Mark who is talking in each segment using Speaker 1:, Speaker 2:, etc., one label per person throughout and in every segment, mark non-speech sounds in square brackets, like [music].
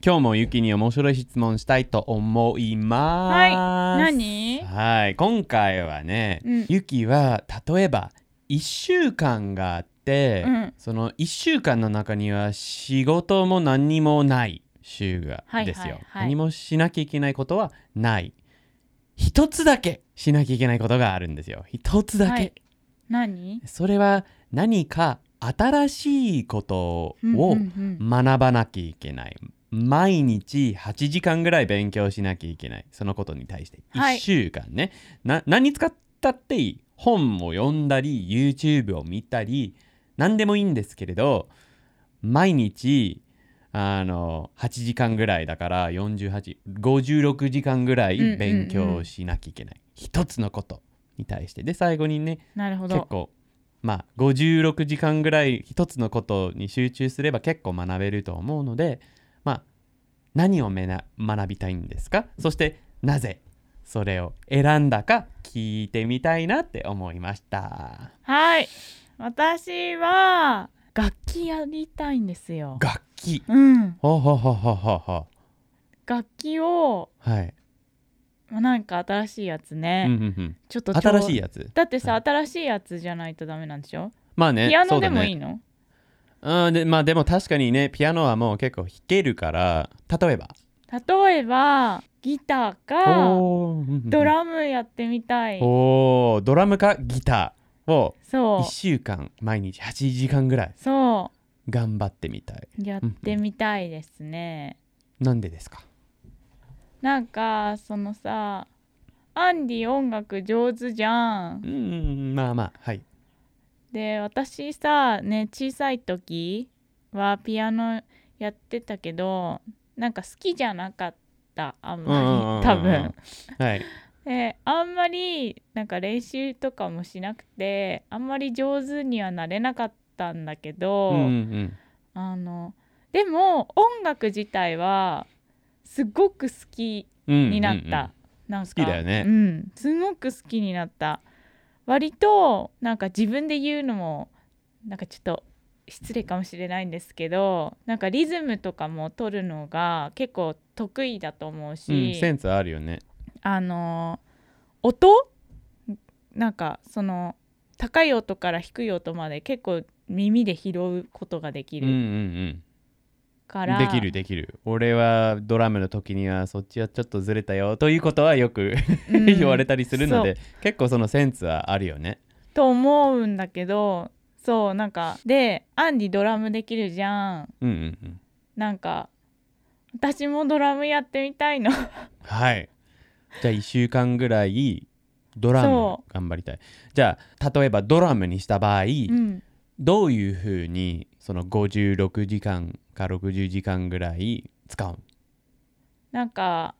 Speaker 1: 今日もゆきに面白い質問したいと思います。
Speaker 2: はい何
Speaker 1: はい今回はね、
Speaker 2: うん
Speaker 1: ゆきは例えば1週間があって、
Speaker 2: うん
Speaker 1: その1週間の中には仕事も何にもない週が
Speaker 2: はいはい
Speaker 1: ですよ、
Speaker 2: はい
Speaker 1: 何もしなきゃいけないことはない一つだけしなきゃいけないことがあるんですよ一つだけ、
Speaker 2: はい何
Speaker 1: それは何か新しいことを、
Speaker 2: うん
Speaker 1: 学ばなきゃいけない毎日8時間ぐらい勉強しなきゃいけないそのことに対して
Speaker 2: は
Speaker 1: 1
Speaker 2: い
Speaker 1: 週間ね、な何使ったっていい本を読んだり YouTube を見たり何でもいいんですけれど毎日あの8時間ぐらいだから4856時間ぐら
Speaker 2: うんうんう
Speaker 1: い
Speaker 2: ん
Speaker 1: 勉強しなきゃいけない、一つのことに対してで最後にね
Speaker 2: なるほ
Speaker 1: 結
Speaker 2: ど。
Speaker 1: 構まあ56時間ぐらい一つのことに集中すれば結構学べると思うのでまあ何をめな学びたいんですかそしてなぜそれを選んだか聞いてみたいなって思いました
Speaker 2: はい。私は楽器やりたいんですよ。
Speaker 1: 楽器
Speaker 2: うん。
Speaker 1: ほうほうほうほうほうほ
Speaker 2: 楽器を、
Speaker 1: うはい、
Speaker 2: まあ、なんか新しいやつ
Speaker 1: う
Speaker 2: ね。
Speaker 1: んうん
Speaker 2: ちょっ
Speaker 1: う
Speaker 2: と
Speaker 1: ん、新しい
Speaker 2: やつ。
Speaker 1: やつ
Speaker 2: だってさ、
Speaker 1: は
Speaker 2: 新しいやつじゃないとダメなんでしょ
Speaker 1: まあね
Speaker 2: ピア
Speaker 1: そ
Speaker 2: ノ
Speaker 1: う
Speaker 2: で
Speaker 1: だ
Speaker 2: もい
Speaker 1: ね
Speaker 2: いの、
Speaker 1: うんでまあでも確かにねピアノはもう結構弾けるから例えば
Speaker 2: 例えばギターか
Speaker 1: おー
Speaker 2: ドラムやってみたい。
Speaker 1: おードラムかギターを
Speaker 2: そ。
Speaker 1: 1週間毎日8時間ぐらいう
Speaker 2: そ。
Speaker 1: 頑張ってみたいう
Speaker 2: やってみたいですね。
Speaker 1: なんでですか
Speaker 2: なんかそのさアンディ音楽上手じゃ
Speaker 1: う。
Speaker 2: ん
Speaker 1: ーんまあまあはい
Speaker 2: で私さね小さい時はピアノやってたけどなんか好きじゃなかったあん
Speaker 1: うんうんうんうん
Speaker 2: まり多分。
Speaker 1: はい
Speaker 2: であんまりなんか練習とかもしなくてあんまり上手にはなれなかったんだけど、
Speaker 1: うんうん
Speaker 2: あのでも音楽自体はすごく好き
Speaker 1: うんうん
Speaker 2: になった、
Speaker 1: うんうん
Speaker 2: なんか
Speaker 1: 好きだよね
Speaker 2: うんすごく好きになった割となんか自分で言うのもなんかちょっと失礼かもしれないんですけどなんかリズムとかも取るのが結構得意だと思う
Speaker 1: うん
Speaker 2: し、
Speaker 1: センスあるよね
Speaker 2: あの音なんかその高い音から低い音まで結構耳で拾うことができ
Speaker 1: うんうん
Speaker 2: るか
Speaker 1: う
Speaker 2: ら、
Speaker 1: んできるできる俺はドラムの時にはそっちはちょっとずれたよということはよく
Speaker 2: う
Speaker 1: [laughs]
Speaker 2: ん
Speaker 1: 言われたりするので結構そのセンスはあるよね
Speaker 2: と思うんだけどそうなんかでアンディドラムできるじゃん
Speaker 1: うんうんうん
Speaker 2: なんか私もドラムやってみたいの
Speaker 1: はい。じゃあ1週間ぐらいドラム
Speaker 2: そ
Speaker 1: 頑張りたい。じゃあ例えばドラムにした場合、
Speaker 2: うん
Speaker 1: どういうふうにその56時間か60時間ぐらい使う
Speaker 2: [laughs] なんか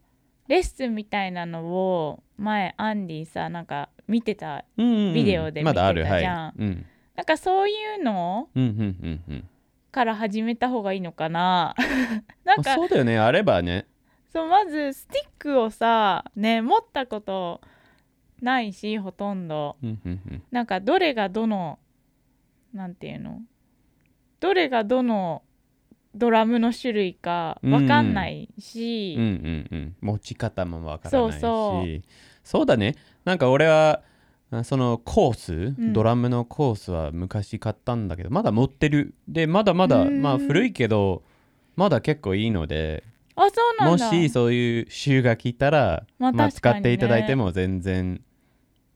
Speaker 2: レッスンみたいなのを前アンディさなんか見てた
Speaker 1: うんうんうん
Speaker 2: ビデオで見てたじゃん
Speaker 1: まだあるはい。うん
Speaker 2: なんかそういうの
Speaker 1: うんうんうんうん。
Speaker 2: から始めた方がいいのかな [laughs]
Speaker 1: ま
Speaker 2: なん
Speaker 1: あ
Speaker 2: か
Speaker 1: そうだよねあればね。
Speaker 2: そうまずスティックをさね持ったことないしほとんど
Speaker 1: うんうんうん
Speaker 2: なんかどれがどのなんていうのどれがどのドラムの種類かわかんないし、
Speaker 1: うんうんうん、持ち方もわからないしそ
Speaker 2: そうう
Speaker 1: だねなんか俺はあそのコース、
Speaker 2: ん
Speaker 1: ドラムのコースは昔買ったんだけどまだ持ってるでまだまだ
Speaker 2: うん
Speaker 1: まあ古いけどまだ結構いいので
Speaker 2: あそうな
Speaker 1: も
Speaker 2: んだ
Speaker 1: しそういう週が来たら、
Speaker 2: まあ
Speaker 1: まあ、
Speaker 2: 確
Speaker 1: 使
Speaker 2: かに
Speaker 1: っ
Speaker 2: ね
Speaker 1: ていただいても全然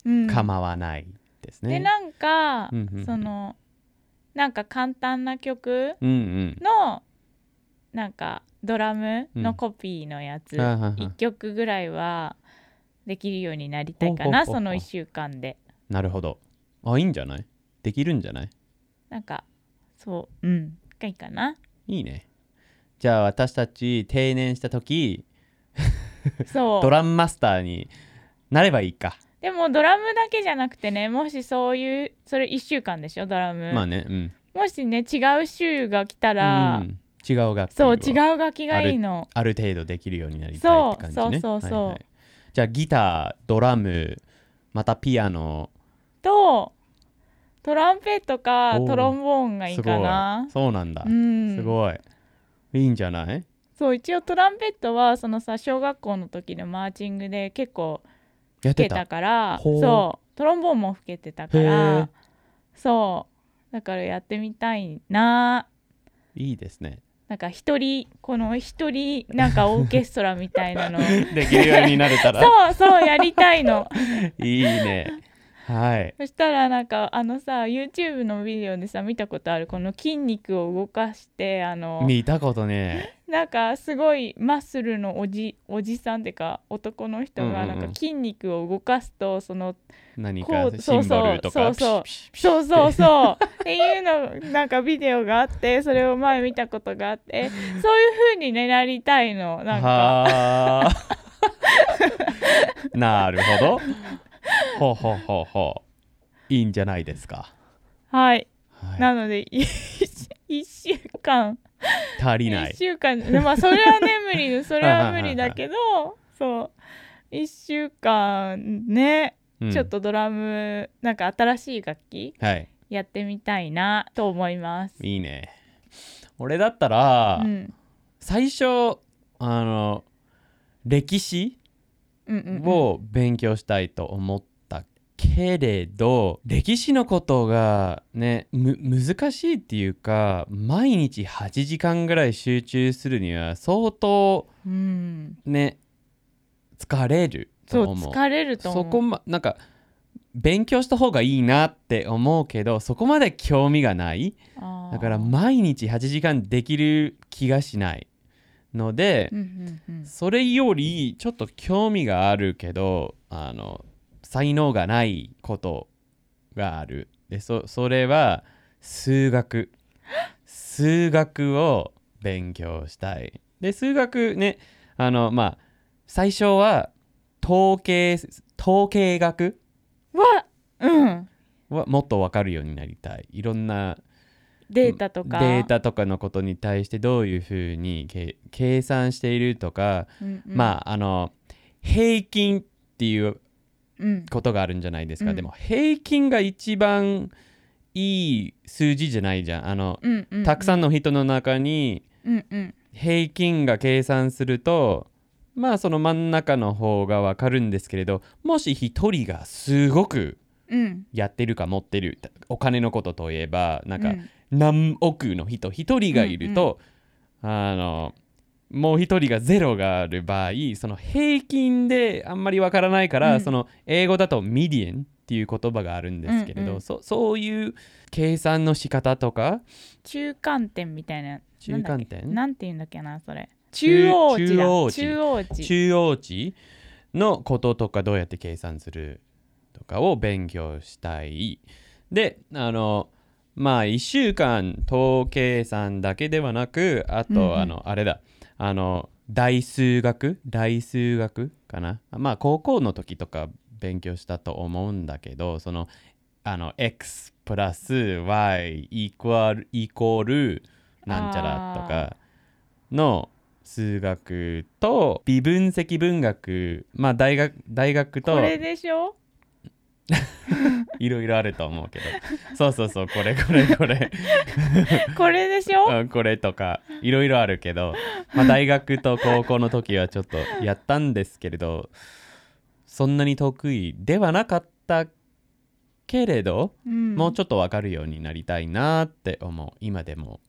Speaker 2: うん
Speaker 1: 構わないです
Speaker 2: で
Speaker 1: ね。
Speaker 2: なんか、
Speaker 1: うんうんうん
Speaker 2: そのなんか簡単な曲
Speaker 1: うんうん
Speaker 2: のなんかドラムのコピーのやつ、
Speaker 1: うんはいはいはい
Speaker 2: 一1曲ぐらいはできるようになりたいかな
Speaker 1: ほうほうほうほう
Speaker 2: その1週間で
Speaker 1: なるほど。あいいんじゃないできるんじゃない
Speaker 2: なんかそううんがいい
Speaker 1: [laughs]
Speaker 2: かない
Speaker 1: いね。じゃあ私たち定年した時
Speaker 2: そう
Speaker 1: ドラムマスターになればいいか。
Speaker 2: でもドラムだけじゃなくてねもしそういうそれ1週間でしょドラム、
Speaker 1: まあね、うん。
Speaker 2: もしね違う週が来たら、
Speaker 1: うん違う楽器
Speaker 2: そう
Speaker 1: を
Speaker 2: 違う楽器がいいの
Speaker 1: ある程度できるようになりたいって感じね。
Speaker 2: そうそうそうそう
Speaker 1: はいはいじゃあギター、ドラム、またピアノ。
Speaker 2: とトランペットか
Speaker 1: おー
Speaker 2: トロンボーンがいい
Speaker 1: す
Speaker 2: か
Speaker 1: ご。
Speaker 2: ない
Speaker 1: そうなんだ
Speaker 2: う。ん
Speaker 1: すごい。いいんじゃない
Speaker 2: そう一応トランペットはそのさ小学校の時のマーチングで結構
Speaker 1: やっ
Speaker 2: 吹
Speaker 1: て
Speaker 2: けた
Speaker 1: た
Speaker 2: から
Speaker 1: ほう
Speaker 2: そうトロンボーンも吹けてたか
Speaker 1: へえ
Speaker 2: らそうだからやってみたいない
Speaker 1: いですね [laughs]
Speaker 2: なんか一人この一人なんかオーケストラみたい
Speaker 1: [laughs]
Speaker 2: なの
Speaker 1: できるようになれたら
Speaker 2: [laughs] そうそうやりたいの
Speaker 1: いいね
Speaker 2: [laughs]
Speaker 1: はい
Speaker 2: そしたらなんかあのさ YouTube のビデオでさ見たことあるこの筋肉を動かしてあの
Speaker 1: 見たことね
Speaker 2: [laughs] なんかすごいマッスルのおじおじさんってか男の人
Speaker 1: うんうんう
Speaker 2: が
Speaker 1: ん
Speaker 2: なんか筋肉を動かすとその
Speaker 1: 何
Speaker 2: こ
Speaker 1: か
Speaker 2: う
Speaker 1: シンボルとか
Speaker 2: そうそう
Speaker 1: ピシピシピシ
Speaker 2: そうそうそうっていうのなんかビデオがあってそれを前見たことがあってそういう風にねなりたいのなんか
Speaker 1: はあ [laughs] なるほどほうほうほうほういいんじゃないですか、
Speaker 2: はい
Speaker 1: は
Speaker 2: なので1週間
Speaker 1: い、足りな
Speaker 2: 1
Speaker 1: い
Speaker 2: 週間でまあそれはね無理ですそれは無理だけどそう1週間ね
Speaker 1: うん
Speaker 2: ちょっとドラムなんか新しい楽器
Speaker 1: はい
Speaker 2: やってみたいなと思います。
Speaker 1: いいね俺だったら、
Speaker 2: うん
Speaker 1: 最初あの歴史
Speaker 2: うんうんうん
Speaker 1: を勉強したいと思ったけれど、歴史のことがねむ難しいっていうか毎日8時間ぐらい集中するには相当
Speaker 2: うん、
Speaker 1: ね疲れる
Speaker 2: そ
Speaker 1: と
Speaker 2: う
Speaker 1: 思う
Speaker 2: 疲れると思う
Speaker 1: そこまなんか勉強した方がいいなって思うけどそこまで興味がない
Speaker 2: あー
Speaker 1: だから毎日8時間できる気がしないので、
Speaker 2: うんうんうん
Speaker 1: それよりちょっと興味があるけどあの才能がないことがあるでそそれは数学数学を勉強したいで数学ねあのまあ最初は統計統計学
Speaker 2: わうん
Speaker 1: はもっと分かるようになりたいいろんな
Speaker 2: データとか
Speaker 1: データとかのことに対してどういうふうにけ計算しているとか
Speaker 2: うんうん
Speaker 1: まああの平均っていう
Speaker 2: うん
Speaker 1: ことがあるんじゃないですか、
Speaker 2: うん
Speaker 1: でも平均が一番いい数字じゃないじゃんあの、
Speaker 2: うんうん
Speaker 1: たくさんの人の中に
Speaker 2: うんうん
Speaker 1: 平均が計算するとまあその真ん中の方がわかるんですけれどもし一人がすごく
Speaker 2: うん
Speaker 1: やってるか持ってるお金のことといえばなん
Speaker 2: う
Speaker 1: か
Speaker 2: ん
Speaker 1: 何億の人一人がいると、あのもう一人がゼロがある場合その平均であんまりわからないから、
Speaker 2: うん
Speaker 1: その英語だとミディアンっていう言葉があるんですけれど、
Speaker 2: うんうん
Speaker 1: そそういう計算の仕方とか
Speaker 2: 中間点みたいな
Speaker 1: 中間
Speaker 2: なんだっけ
Speaker 1: 点
Speaker 2: なんていうんだっけなそれ
Speaker 1: 中
Speaker 2: 中央値だ
Speaker 1: 中央値
Speaker 2: 中央値
Speaker 1: 中央値のこととかどうやって計算するとかを勉強したいであのまあ1週間統計算だけではなくあと、
Speaker 2: うんうん
Speaker 1: あのあれだあの大数学大数学かなまあ高校の時とか勉強したと思うんだけどそのあの x プラス y イコールイコールなんちゃらとかの数学と微分積分学まあ大学大学と
Speaker 2: これでしょ
Speaker 1: いろいろあると思うけどそうそうそうこれこれこ
Speaker 2: [laughs]
Speaker 1: れ
Speaker 2: これでしょ
Speaker 1: うんこれとかいろいろあるけど、まあ、大学と高校の時はちょっとやったんですけれどそんなに得意ではなかったけれども
Speaker 2: も
Speaker 1: うちょっとわかるようになりたいなって思う今でも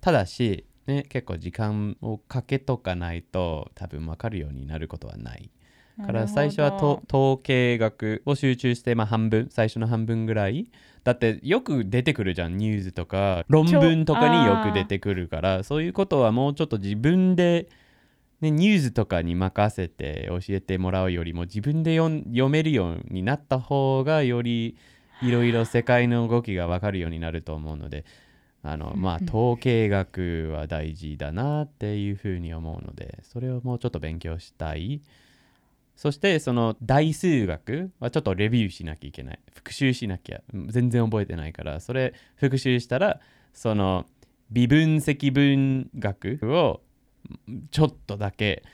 Speaker 1: ただし、ね、結構時間をかけとかないと多分わかるようになることはない
Speaker 2: ょ
Speaker 1: から最初はと統計学を集中して、まあ、半分最初の半分ぐらいだってよく出てくるじゃんニュースとか論文とかによ
Speaker 2: あー
Speaker 1: く出てくるからそういうことはもうちょっと自分で、ね、ニュースとかに任せて教えてもらうよりも自分で読ん読めるようになった方がよりいろいろ世界の動きが分かるようになると思うのであの、まあ、
Speaker 2: うん
Speaker 1: 統計学は大事だなっていうふうに思うのでそれをもうちょっと勉強したい。そしてその大数学はちょっとレビューしなきゃいけない復習しなきゃうん全然覚えてないからそれ復習したらその微分積分学をうんちょっとだけ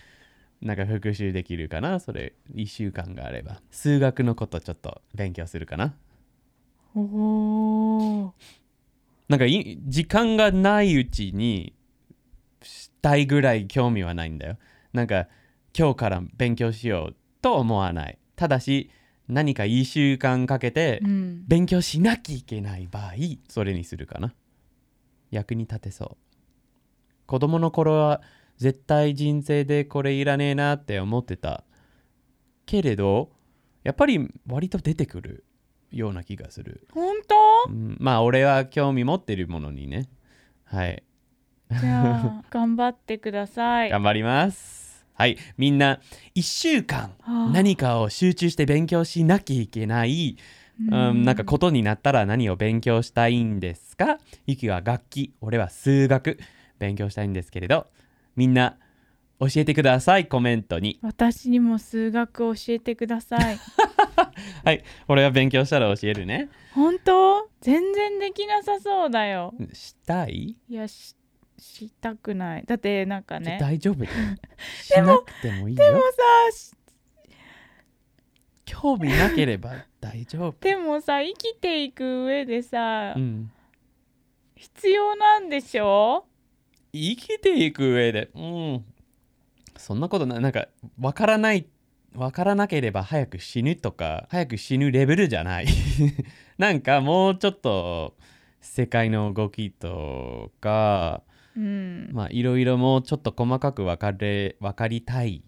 Speaker 1: なんか復習できるかなそれ1週間があれば数学のことちょっと勉強するかな
Speaker 2: おおー
Speaker 1: なんかい時間がないうちにし対ぐらい興味はないんだよなんか今日から勉強しようと思わないただし何かいい習慣かけて
Speaker 2: うん、
Speaker 1: 勉強しなきゃいけない場合それにするかな役に立てそう子供の頃は絶対人生でこれいらねえなって思ってたけれどやっぱり割と出てくるような気がする、
Speaker 2: 本 [laughs] 当
Speaker 1: うん、まあ俺は興味持ってるものにねはい
Speaker 2: じゃあ頑張ってください。
Speaker 1: 頑張りますはいみんな1週間
Speaker 2: はあ
Speaker 1: 何かを集中して勉強しなきゃいけないうん、なんかことになったら何を勉強したいんですかゆきは楽器俺は数学勉強したいんですけれどみんな教えてくださいコメントに
Speaker 2: 私にも数学を教えてくださ
Speaker 1: [laughs]
Speaker 2: い。
Speaker 1: はい俺は勉強したら教えるね
Speaker 2: 本当全然できなさそうだよ。
Speaker 1: したい、
Speaker 2: いやししたくない。だってなんかね。
Speaker 1: 大丈夫だよしなくてもいいよ
Speaker 2: さし
Speaker 1: 興味なければ大丈夫
Speaker 2: でもさ生きていく上でさ、
Speaker 1: うん
Speaker 2: 必要なんでしょ
Speaker 1: 生きていく上でうんそんなことないなんかわからないわからなければ早く死ぬとか早く死ぬレベルじゃない [laughs] なんかもうちょっと世界の動きとか
Speaker 2: うん、
Speaker 1: まあいろいろもうちょっと細かく分かれ分かりたい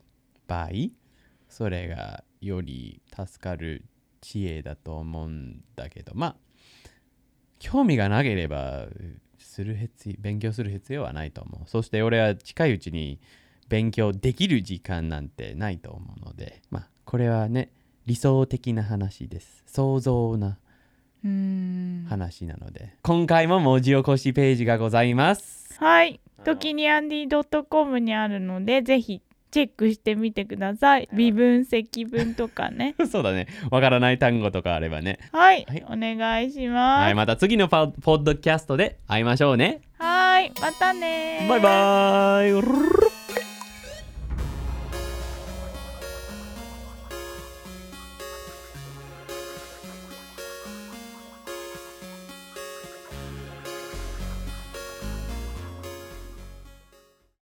Speaker 1: 場合それがより助かる知恵だと思うんだけどまあ興味がなければする必要勉強する必要はないと思うそして俺は近いうちに勉強できる時間なんてないと思うのでまあこれはね理想的な話です想像な
Speaker 2: うん、
Speaker 1: 話なので、今回も文字起こしページがございます
Speaker 2: はい時にアンディ .com にあるのでぜひチェックしてみてください微分積分とかね
Speaker 1: [laughs] そうだね。わからない単語とかあればね。
Speaker 2: はい、
Speaker 1: はい
Speaker 2: お願いし
Speaker 1: は
Speaker 2: ま
Speaker 1: い、
Speaker 2: す
Speaker 1: また次のパポッドキャストで会いましょうね。
Speaker 2: はいまたねー
Speaker 1: バイバイ。